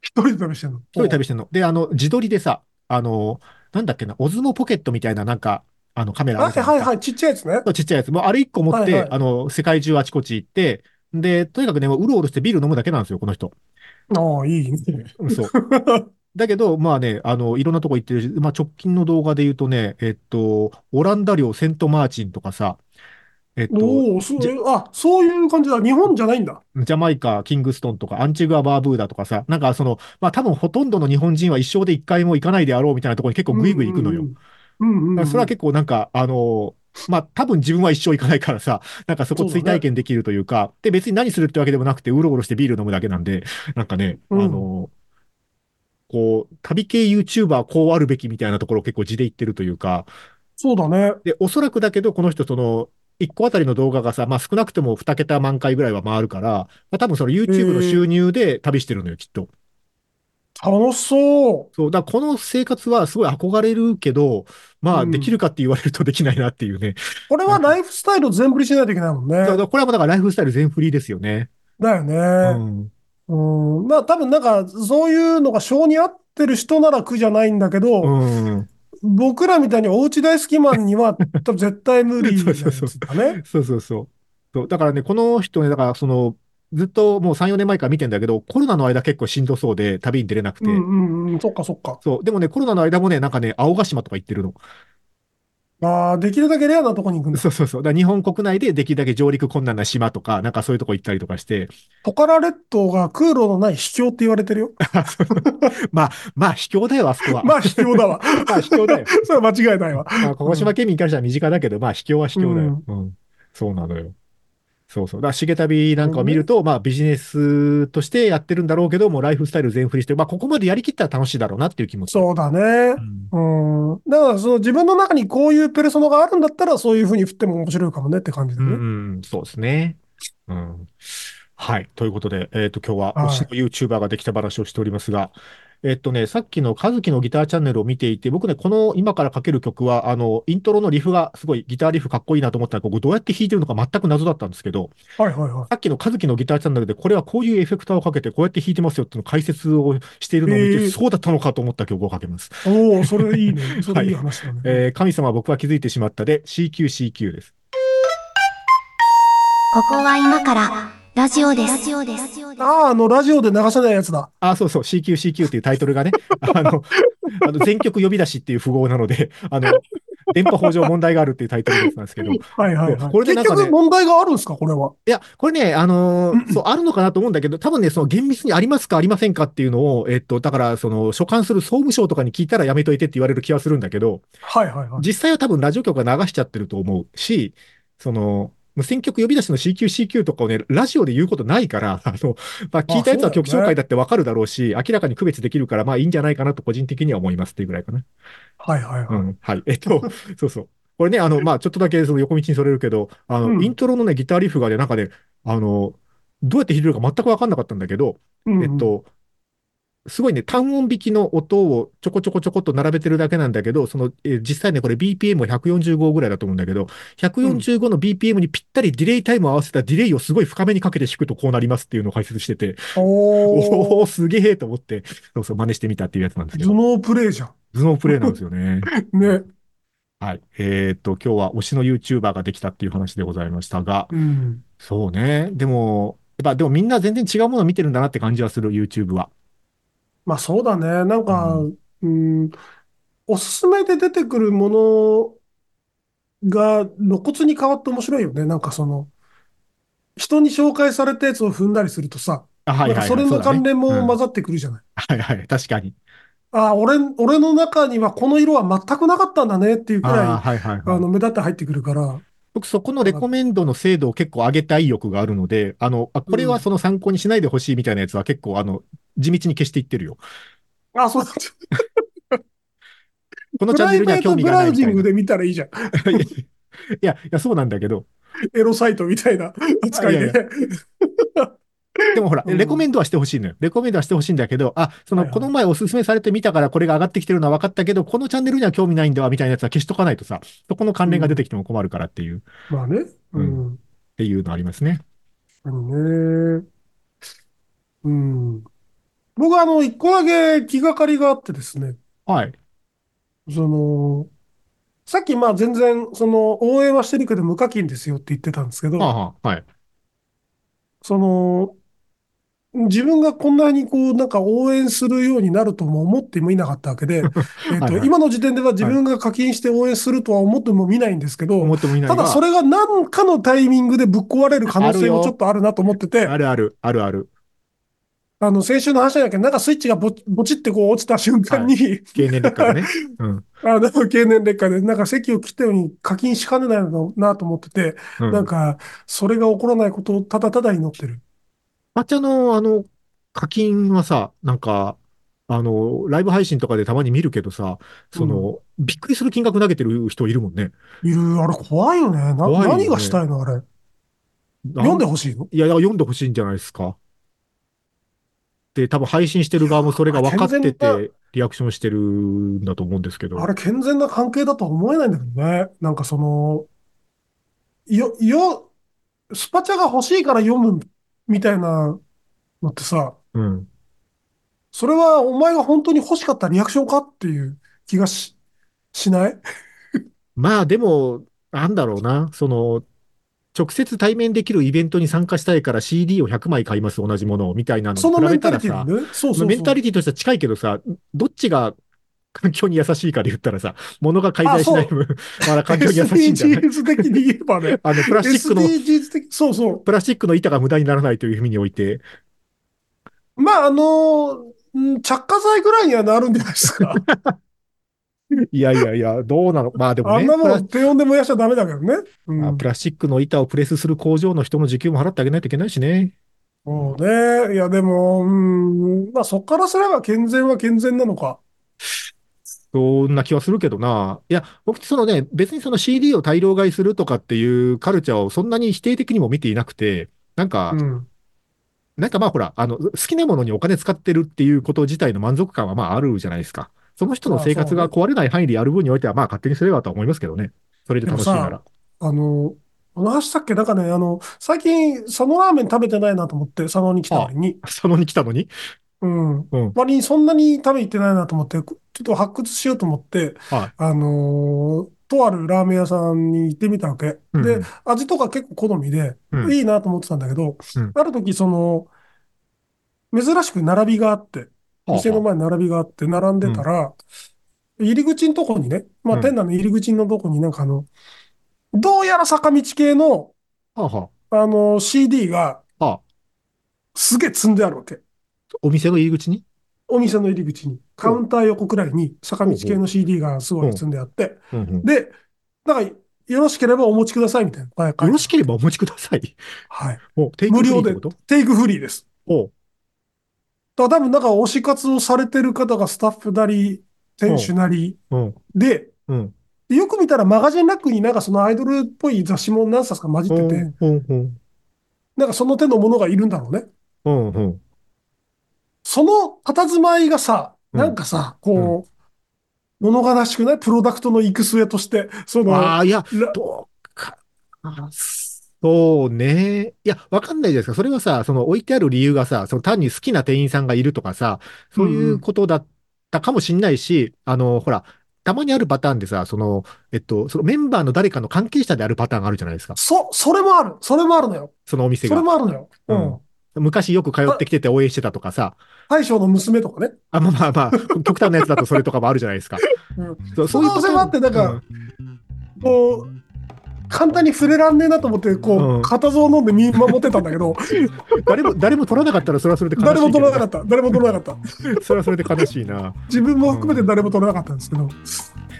[SPEAKER 3] 一人で旅してんの
[SPEAKER 2] 一人旅してんの。で、あの、自撮りでさ、あの、なんだっけな、オズモポケットみたいな、なんか、あの、カメラあ
[SPEAKER 3] は
[SPEAKER 2] る
[SPEAKER 3] い
[SPEAKER 2] じゃない
[SPEAKER 3] はい
[SPEAKER 2] ですか
[SPEAKER 3] はい、ちっちゃいやつね。
[SPEAKER 2] ちっちゃいやつ。もうあれ一個持って、
[SPEAKER 3] はいはい
[SPEAKER 2] あの、世界中あちこち行って、で、とにかくね、もううろうろしてビール飲むだけなんですよ、この人。
[SPEAKER 3] ああ、いいね。
[SPEAKER 2] うん
[SPEAKER 3] [laughs]
[SPEAKER 2] そう。だけど、まあね、あの、いろんなとこ行ってるし、まあ直近の動画で言うとね、えっと、オランダ領セントマーチンとかさ、えっと、
[SPEAKER 3] おお、そう
[SPEAKER 2] じゃ
[SPEAKER 3] あ、そういう感じだ。日本じゃないんだ。
[SPEAKER 2] ジャマイカ、キングストンとか、アンチグア・バーブーダとかさ、なんかその、まあ多分ほとんどの日本人は一生で一回も行かないであろうみたいなところに結構グイグイ行くのよ。
[SPEAKER 3] うんうんうん。うんうん
[SPEAKER 2] だか
[SPEAKER 3] うん
[SPEAKER 2] らそれは結構なんか、あのーまあ、多分自分は一生行かないからさ、 [laughs] なんかそこ追体験できるというか、で、別に何するってわけでもなくて、うろうろしてビール飲むだけなんで、 [laughs] なんかね、あ
[SPEAKER 3] うん
[SPEAKER 2] のーこう、旅系 YouTuber こうあるべきみたいなところを結構地で言ってるというか、
[SPEAKER 3] そうだね。
[SPEAKER 2] で、おそらくだけど、この人、その、1個あたりの動画がさ、まあ、少なくとも2桁万回ぐらいは回るから、まあ、多分その YouTube の収入で旅してるのよ、きっと。
[SPEAKER 3] 楽しそう。
[SPEAKER 2] そう、だからこの生活はすごい憧れるけど、まあ、
[SPEAKER 3] うん
[SPEAKER 2] できるかって言われるとできないなっていうね。
[SPEAKER 3] これはライフスタイルを全振りしないといけないもんね
[SPEAKER 2] だ。からこれはもうだからライフスタイル全振りですよね。
[SPEAKER 3] だよ
[SPEAKER 2] う
[SPEAKER 3] ね。
[SPEAKER 2] ん。
[SPEAKER 3] うん。まあ多分なんか、そういうのが性に合ってる人なら苦じゃないんだけど、
[SPEAKER 2] うん。
[SPEAKER 3] 僕らみたいにお家大好きマンには多分絶対無
[SPEAKER 2] [laughs]
[SPEAKER 3] 理
[SPEAKER 2] そうそうそう
[SPEAKER 3] だね。
[SPEAKER 2] そうそうそう。そうだからね、この人ね、だからその、ずっともう3、4年前から見てんだけど、コロナの間結構しんどそうで、旅に出れなくて。
[SPEAKER 3] うんうんうん。そっかそっか。
[SPEAKER 2] そう。でもね、コロナの間もね、なんかね、青ヶ島とか行ってるの。 [laughs]
[SPEAKER 3] ああ、できるだけレアなとこに行くんだ。
[SPEAKER 2] そうそうそう。だから日本国内でできるだけ上陸困難な島とか、なんかそういうとこ行ったりとかして、
[SPEAKER 3] トカラ列島が空路のない秘境って言われ
[SPEAKER 2] [laughs]
[SPEAKER 3] てるよ。
[SPEAKER 2] まあ秘境だよ、あそ [laughs] こは。
[SPEAKER 3] まあ秘境だわ。 [laughs]
[SPEAKER 2] まあ秘境だよ。
[SPEAKER 3] それは間違いないわ。
[SPEAKER 2] まあ、鹿児島県民からしたら身近だけど、まあ、卑怯は卑怯だよ。うん。そうなのよ。そうそう。だから、重旅なんかを見ると、まあ、ビジネスとしてやってるんだろうけど、もうライフスタイル全振りして、まあ、ここまでやりきったら楽しいだろうなっていう気持ち。
[SPEAKER 3] そうだね
[SPEAKER 2] う。ん。
[SPEAKER 3] うん。だからその自分の中にこういうペルソナがあるんだったらそういうふうに振っても面白いかもねって感じで
[SPEAKER 2] うん、
[SPEAKER 3] ね。
[SPEAKER 2] うんそうですね。うん。はい。ということで、えっ、と、今日
[SPEAKER 3] は
[SPEAKER 2] は、
[SPEAKER 3] い
[SPEAKER 2] 推しの YouTuber ができた話をしておりますが、えっとね、さっきの和樹のギターチャンネルを見ていて、僕ね、この今からかける曲は、あの、イントロのリフがすごいギターリフかっこいいなと思ったら、ここどうやって弾いてるのか全く謎だったんですけど、
[SPEAKER 3] はいはいはい。
[SPEAKER 2] さっきの和樹のギターチャンネルで、これはこういうエフェクターをかけて、こうやって弾いてますよっていうのを解説をしているのを見て、
[SPEAKER 3] えー
[SPEAKER 2] そうだったのかと思った曲をかけます。
[SPEAKER 3] おお、それい
[SPEAKER 2] [laughs]
[SPEAKER 3] いね。それいい話だね。
[SPEAKER 2] えー神様は僕は気づいてしまったで、CQCQ です。
[SPEAKER 1] ここは今からラジオです。ラジオです。
[SPEAKER 3] ああ、あの、ラジオで流せないやつだ。
[SPEAKER 2] あ、そうそう、CQCQ っていうタイトル [laughs] がね、あの、あの全曲呼び出しっていう符号なので、あの、電波法上問題があるっていうタイトルなんですけど、い
[SPEAKER 3] はいはいはい。
[SPEAKER 2] これでなんかね
[SPEAKER 3] 結局問題があるんですか、これは。
[SPEAKER 2] や、これね、あのーそう、あるのかなと思うんだけど、多分ね、その厳密にありますかありませんかっていうのを、えっと、だから、その、所管する総務省とかに聞いたらやめといてって言われる気はするんだけど、
[SPEAKER 3] はいはいはい。
[SPEAKER 2] 実際は多分ラジオ局が流しちゃってると思うし、その、無線局呼び出しの CQCQ とかをね、ラジオで言うことないから、 [laughs] あの、まあ、聞いたやつは曲紹介だってわかるだろうし、明らかに区別できるから、まあいいんじゃないかなと個人的には思いますっていうぐらいかな。
[SPEAKER 3] はいはいうはい。
[SPEAKER 2] ん。はい。えっと、 [laughs] そうそう。これね、あの、まあちょっとだけその横道にそれるけど、あの、
[SPEAKER 3] うん
[SPEAKER 2] イントロのね、ギターリフがね、なんかね、あの、どうやって弾いてるか全くわかんなかったんだけど、
[SPEAKER 3] うん
[SPEAKER 2] えっと、すごいね、単音弾きの音をちょこちょこちょこっと並べてるだけなんだけど、その、えー実際ね、これ BPM は145ぐらいだと思うんだけど、145の BPM にぴったりディレイタイムを合わせたディレイをすごい深めにかけて弾くとこうなりますっていうのを解説してて、
[SPEAKER 3] お
[SPEAKER 2] お
[SPEAKER 3] お。
[SPEAKER 2] おー、すげえと思って、そうそう、真似してみたっていうやつなんですけど、
[SPEAKER 3] 頭脳プレイじゃ
[SPEAKER 2] 頭脳プレイなんですよね。
[SPEAKER 3] ん。ね。
[SPEAKER 2] はい。えーっと、今日は推しの YouTuber ができたっていう話でございましたが、
[SPEAKER 3] うん。
[SPEAKER 2] そうね、でも、やっぱでもみんな全然違うものを見てるんだなって感じはする、YouTube は。
[SPEAKER 3] まあそうだね。なんか、
[SPEAKER 2] う
[SPEAKER 3] うん、おすすめで出てくるものが露骨に変わって面白いよね。なんかその、人に紹介されたやつを踏んだりするとさ、
[SPEAKER 2] あはいはいはい、
[SPEAKER 3] なんかそれの
[SPEAKER 2] そうだね
[SPEAKER 3] 関連も
[SPEAKER 2] うん
[SPEAKER 3] 混ざってくるじゃない。
[SPEAKER 2] はいはい、確かに。
[SPEAKER 3] ああ、俺、俺の中にはこの色は全くなかったんだねっていうくらい、
[SPEAKER 2] ああ、はいはい、
[SPEAKER 3] あ
[SPEAKER 2] はい。
[SPEAKER 3] の、目立って入ってくるから、
[SPEAKER 2] 僕、そこのレコメンドの精度を結構上げたい意欲があるので、あの、あこれはその参考にしないでほしいみたいなやつは結構、あの、地道に消していってるよ。
[SPEAKER 3] あ、そうだ。
[SPEAKER 2] この
[SPEAKER 3] プ
[SPEAKER 2] チャン
[SPEAKER 3] ラ
[SPEAKER 2] ネ
[SPEAKER 3] イ
[SPEAKER 2] ルに
[SPEAKER 3] ベ
[SPEAKER 2] は
[SPEAKER 3] ー
[SPEAKER 2] 興
[SPEAKER 3] ト
[SPEAKER 2] 味
[SPEAKER 3] ブ
[SPEAKER 2] がな
[SPEAKER 3] ラ
[SPEAKER 2] い
[SPEAKER 3] ウ
[SPEAKER 2] みたい
[SPEAKER 3] ジン
[SPEAKER 2] な。
[SPEAKER 3] グ
[SPEAKER 2] い
[SPEAKER 3] で見たらいいじゃん。
[SPEAKER 2] や、 [laughs] いや、そうなんだけど。
[SPEAKER 3] エロサイトみたいな扱い
[SPEAKER 2] いや
[SPEAKER 3] で。
[SPEAKER 2] いでもほら、
[SPEAKER 3] うん
[SPEAKER 2] レコメンドはしてほしいのよ。レコメンドはしてほしいんだけど、あ、その、
[SPEAKER 3] はいはい
[SPEAKER 2] この前おすすめされてみたからこれが上がってきてるのは分かったけど、このチャンネルには興味ないんだわ、みたいなやつは消しとかないとさ、そこの関連が出てきても困るからっていう、っ
[SPEAKER 3] まあね。うん。
[SPEAKER 2] ていうのありますね。
[SPEAKER 3] あのね。うん。僕はあの、一個だけ気がかりがあってですね。
[SPEAKER 2] はい。
[SPEAKER 3] その、さっきまあ全然、その、応援はしてるけど無課金ですよって言ってたんですけど、
[SPEAKER 2] はあはあ、はい。
[SPEAKER 3] その、自分がこんなにこう、なんか応援するようになるとも思ってもいなかったわ
[SPEAKER 2] [laughs]
[SPEAKER 3] けで、えっ
[SPEAKER 2] はい
[SPEAKER 3] と、
[SPEAKER 2] はい
[SPEAKER 3] 今の時点では自分が課金して応援するとは思ってもみないんですけど、
[SPEAKER 2] 思ってもいない
[SPEAKER 3] ただそれが何かのタイミングでぶっ壊れる可能性もちょっとあるなと思ってて、
[SPEAKER 2] あるある、あるある。
[SPEAKER 3] あの、先週の話だけど、なんかスイッチがぼ、ぼちってこう落ちた瞬間に、
[SPEAKER 2] 経年劣化 [laughs] でね。うん。
[SPEAKER 3] [laughs] あの、経年劣化で、なんか席を切ったように課金しかねないのかなと思ってて、
[SPEAKER 2] うん、
[SPEAKER 3] なんか、それが起こらないことをただただ祈ってる。
[SPEAKER 2] 抹茶の、あの、課金はさ、なんか、あの、ライブ配信とかでたまに見るけどさ、その、びっくりする金額投げてる人いるもんね。
[SPEAKER 3] いる、あれ怖いよね。な、
[SPEAKER 2] 怖いよね
[SPEAKER 3] 何がしたいのあれ。読んでほしいの
[SPEAKER 2] いや、だから読んでほしいんじゃないですか。で、多分配信してる側もそれが分かって
[SPEAKER 3] 健全
[SPEAKER 2] て、リアクションしてるんだと思うんですけど。
[SPEAKER 3] あれ、健全な関係だとは思えないんだけどね。なんかその、よ、よ、スパチャが欲しいから読むみたいなのってさ、
[SPEAKER 2] うん。
[SPEAKER 3] それはお前が本当に欲しかったリアクションかっていう気がし、しない
[SPEAKER 2] まあでも、なんだろうな、その、直接対面できるイベントに参加したいから CD を100枚買います、同じものを、みたいなの
[SPEAKER 3] その
[SPEAKER 2] に比
[SPEAKER 3] メ
[SPEAKER 2] べ
[SPEAKER 3] ンタ
[SPEAKER 2] た
[SPEAKER 3] リ
[SPEAKER 2] ら
[SPEAKER 3] ティ
[SPEAKER 2] さ
[SPEAKER 3] だ、ね。そうそうそう。
[SPEAKER 2] メンタリティとしては近いけどさ、どっちが [laughs] 環境に優しいかで言ったらさ、物が介在しない分、 [laughs] まだ環境に優しいんじゃない
[SPEAKER 3] SDGs 的に言えばね。
[SPEAKER 2] あの、プラスチックの、
[SPEAKER 3] SDGs 的、そうそ
[SPEAKER 2] プラスチックの板が無駄にならないという意味において、
[SPEAKER 3] う。まあ、あのうん着火剤ぐらいにはなるんじゃないです
[SPEAKER 2] [laughs]
[SPEAKER 3] か。
[SPEAKER 2] いやいやいや、どう
[SPEAKER 3] [laughs]
[SPEAKER 2] なのまあでも
[SPEAKER 3] あん
[SPEAKER 2] ね、
[SPEAKER 3] な
[SPEAKER 2] プ
[SPEAKER 3] も
[SPEAKER 2] ラ
[SPEAKER 3] ん低温で燃やしちゃダメだけどね。う
[SPEAKER 2] あ
[SPEAKER 3] ん。
[SPEAKER 2] プラスチックの板をプレスする工場の人の時給も払ってあげないといけないしね。
[SPEAKER 3] そうね。いや、でも、うん、まあ、そっからすれば健全は健全なのか。
[SPEAKER 2] そんな気はするけどな。いや、僕、そのね、別にその CD を大量買いするとかっていうカルチャーをそんなに否定的にも見ていなくて、なんか、
[SPEAKER 3] うん。
[SPEAKER 2] なんかまあほら、あの、好きなものにお金使ってるっていうこと自体の満足感はまああるじゃないですか。その人の生活が壊れない範囲でやる分においてはまあ勝手にすればとは思いますけどね。それで楽しいな
[SPEAKER 3] でも
[SPEAKER 2] ら。
[SPEAKER 3] あの、この話したっけなんかね、あの、最近、佐野ラーメン食べてないなと思って、佐野に来たのに。
[SPEAKER 2] 佐野に来たのに
[SPEAKER 3] うん。
[SPEAKER 2] うん
[SPEAKER 3] 割にそんなに食べ行ってないなと思って、ちょっと発掘しようと思って、
[SPEAKER 2] は
[SPEAKER 3] あのーとあるラーメン屋さんに行ってみたわけ。
[SPEAKER 2] うん
[SPEAKER 3] で、味とか結構好みで、
[SPEAKER 2] うん
[SPEAKER 3] いいなと思ってたんだけど、
[SPEAKER 2] うん
[SPEAKER 3] ある時、その、珍しく並びがあって、店の前に並びがあって、並んでたら、入り口のとこにね、まあ、
[SPEAKER 2] うん
[SPEAKER 3] 店内の入り口のとこになんかあの、どうやら坂道系
[SPEAKER 2] は
[SPEAKER 3] の、
[SPEAKER 2] あは
[SPEAKER 3] あの、CD が
[SPEAKER 2] あはあ
[SPEAKER 3] すげえ積んであるわけ。
[SPEAKER 2] お店の入り口に
[SPEAKER 3] お店の入り口に、カウンター横くらいに坂道系の CD がすごい積んであって、
[SPEAKER 2] うんうん
[SPEAKER 3] で、なんか、よろしければお持ちくださいみたいな場合
[SPEAKER 2] よろしければお持ちください。
[SPEAKER 3] はい。
[SPEAKER 2] お、テイク
[SPEAKER 3] 無
[SPEAKER 2] フリー
[SPEAKER 3] 料
[SPEAKER 2] っ
[SPEAKER 3] で
[SPEAKER 2] てこと
[SPEAKER 3] テイクフリーです。
[SPEAKER 2] お
[SPEAKER 3] だから多分なんか推し活をされてる方がスタッフなり、店主なり
[SPEAKER 2] うん。
[SPEAKER 3] で、
[SPEAKER 2] うん。
[SPEAKER 3] でよく見たらマガジンラックになんかそのアイドルっぽい雑誌も何冊か混じってて、
[SPEAKER 2] うん。うん。
[SPEAKER 3] なんかその手のものがいるんだろうね。
[SPEAKER 2] うん。うん。
[SPEAKER 3] その佇まいがさ、
[SPEAKER 2] うん
[SPEAKER 3] なんかさ、こう、物悲しくないプロダクトの行く末として、その、
[SPEAKER 2] ああ、いや、
[SPEAKER 3] ら
[SPEAKER 2] どうかな。そうね。いや、わかんないじゃないですか。それはさ、その置いてある理由がさ、その単に好きな店員さんがいるとかさ、そうい
[SPEAKER 3] んう
[SPEAKER 2] うんことだったかもしんないし、あの、ほら、たまにあるパターンでさ、その、えっと、そのメンバーの誰かの関係者であるパターンがあるじゃないですか。
[SPEAKER 3] そ、それもある。それもあるのよ。
[SPEAKER 2] そのお店
[SPEAKER 3] それ
[SPEAKER 2] が。
[SPEAKER 3] もあるのよ。う
[SPEAKER 2] うん
[SPEAKER 3] ん。
[SPEAKER 2] 昔よく通ってきてて応援してたとかさ。
[SPEAKER 3] 大将の娘とかね。
[SPEAKER 2] あ、まあまあ [laughs] まあ、極端なやつだとそれとかもあるじゃないですか。
[SPEAKER 3] うん
[SPEAKER 2] そうそういうパターン
[SPEAKER 3] その可能性もあってなんか
[SPEAKER 2] うん
[SPEAKER 3] こう、簡単に触れらんねえなと思って、こう、
[SPEAKER 2] うん
[SPEAKER 3] 固唾を飲んで見守ってたんだけど、
[SPEAKER 2] 誰も、誰も取らなかったらそれはそれで悲しいけ
[SPEAKER 3] 誰
[SPEAKER 2] ど。
[SPEAKER 3] も取らなかった。誰も取らなかった。
[SPEAKER 2] それはそれで悲しいな。
[SPEAKER 3] 自分も含めて誰も取らなかったんですけど。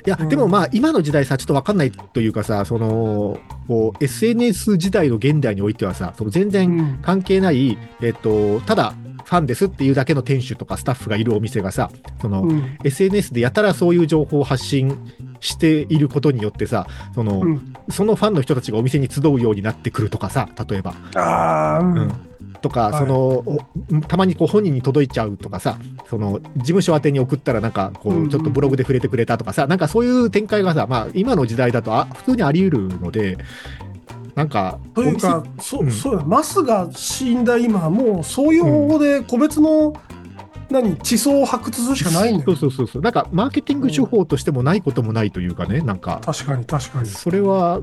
[SPEAKER 2] いや、
[SPEAKER 3] うん
[SPEAKER 2] でもまあ、今の時代さ、ちょっとわかんないというかさ、その、こう、SNS 時代の現代においてはさ、その全
[SPEAKER 3] う
[SPEAKER 2] 然
[SPEAKER 3] ん。
[SPEAKER 2] 関係ない、えっと、ただ、ファンですっていうだけの店主とかスタッフがいるお店がさ、その、
[SPEAKER 3] うん
[SPEAKER 2] SNS でやたらそういう情報を発信していることによってさ、その、
[SPEAKER 3] うん
[SPEAKER 2] そのファンの人たちがお店に集うようになってくるとかさ、例えば。
[SPEAKER 3] ああ、う
[SPEAKER 2] うん
[SPEAKER 3] ん。
[SPEAKER 2] とか、
[SPEAKER 3] はい
[SPEAKER 2] そのおたまにこう本人に届いちゃうとかさその事務所宛てに送ったらなんかこ
[SPEAKER 3] うんう
[SPEAKER 2] うんちょっとブログで触れてくれたとかさ、なんかそういう展開がさ、まあ、今の時代だとあ普通にあり得るのでなんか
[SPEAKER 3] という
[SPEAKER 2] お
[SPEAKER 3] か
[SPEAKER 2] 店、
[SPEAKER 3] そううんそうだ、マスが死んだ今、もうそういう方法で個別の、何、地層を発掘するしかないんだ
[SPEAKER 2] そう
[SPEAKER 3] よ。
[SPEAKER 2] そうそうそうなんかマーケティング手法としてもないこともないというかねなんか
[SPEAKER 3] 確かに、確かに。。
[SPEAKER 2] それは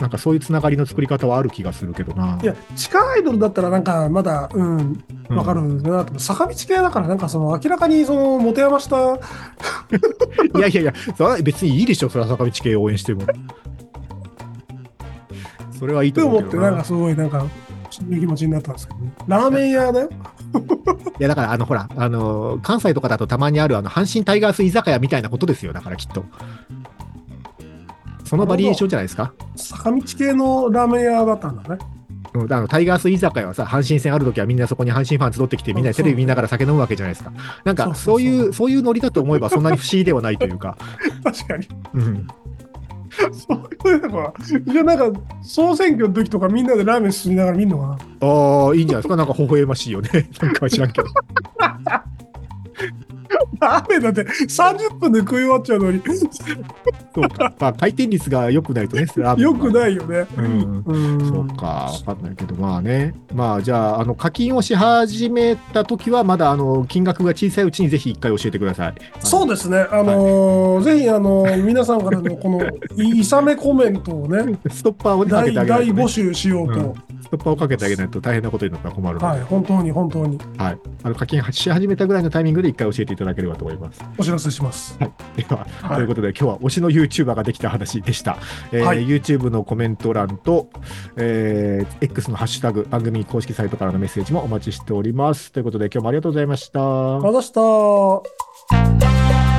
[SPEAKER 2] なんかそういうつながりの作り方はある気がするけどない
[SPEAKER 3] や、地下アイドルだったら、なんか、まだ、うん、
[SPEAKER 2] うん
[SPEAKER 3] わかるなと、坂道系だから、なんか、その、明らかに、その、持て余した、
[SPEAKER 2] いやいやいや、それは別にいいでしょ、それは坂道系を応援しても。それはいい
[SPEAKER 3] って
[SPEAKER 2] と思
[SPEAKER 3] 思
[SPEAKER 2] うけ
[SPEAKER 3] って、
[SPEAKER 2] ど
[SPEAKER 3] なん
[SPEAKER 2] な
[SPEAKER 3] か、。すごい、なんか、いい気持ちになったんですけどね。ラーメン屋だよ。
[SPEAKER 2] いや、だから、あの、ほら、あの、関西とかだとたまにある、あの、阪神タイガース居酒屋みたいなことですよ、だからきっと。そのバリエーションじゃないですか。
[SPEAKER 3] 坂道系のラーメン屋だったんだね。
[SPEAKER 2] うん、だからタイガース居酒屋はさ、阪神戦あるときはみんなそこに阪神ファン集ってきて、みんなでテレビ見ながら酒飲むわけじゃないですか。なんか、そう
[SPEAKER 3] そそ
[SPEAKER 2] う
[SPEAKER 3] うそう
[SPEAKER 2] いう、そういうノリだと思えば、そんなに不思議ではないというか。
[SPEAKER 3] 確かに。
[SPEAKER 2] うん。
[SPEAKER 3] そういうのは、じゃあなんか、総選挙の時とか、みんなでラーメンすりながら見るのかな。
[SPEAKER 2] ああ、いいんじゃないですか。なんか、微笑ましいよね。 [laughs] なんか知らんけど。
[SPEAKER 3] 雨だって30分で食い終わっちゃうのに
[SPEAKER 2] そうか。まあ、回転率が良くないとね、。
[SPEAKER 3] よくないいよね。
[SPEAKER 2] うん。
[SPEAKER 3] うん
[SPEAKER 2] そうか、わかんないけど、まあね、まあじゃあ、あの課金をし始めたときは、まだあの金額が小さいうちにぜひ一回教えてください。
[SPEAKER 3] そう
[SPEAKER 2] う
[SPEAKER 3] ですね。あのーぜひあのー皆さんからのこのいいさめコメントをね、
[SPEAKER 2] ストッパー [laughs] をかけ
[SPEAKER 3] 大
[SPEAKER 2] てあげな
[SPEAKER 3] 大
[SPEAKER 2] いと、
[SPEAKER 3] 募
[SPEAKER 2] ね、
[SPEAKER 3] 集しようと。
[SPEAKER 2] ストッパーをかけてあげないと大変なことになったら困るので、は
[SPEAKER 3] はいい、本当に本当に
[SPEAKER 2] あの課金し始めたぐらいのタイミングで一回教えていただければと思います。
[SPEAKER 3] お知らせします。
[SPEAKER 2] では、
[SPEAKER 3] はい
[SPEAKER 2] ということで、今日は推しの YouTuber ができた話でした。えー
[SPEAKER 3] はい
[SPEAKER 2] YouTube のコメント欄と、えー X のハッシュタグ、番組公式サイトからのメッセージもお待ちしております。ということで、今日もありがとうございました。
[SPEAKER 3] また明日。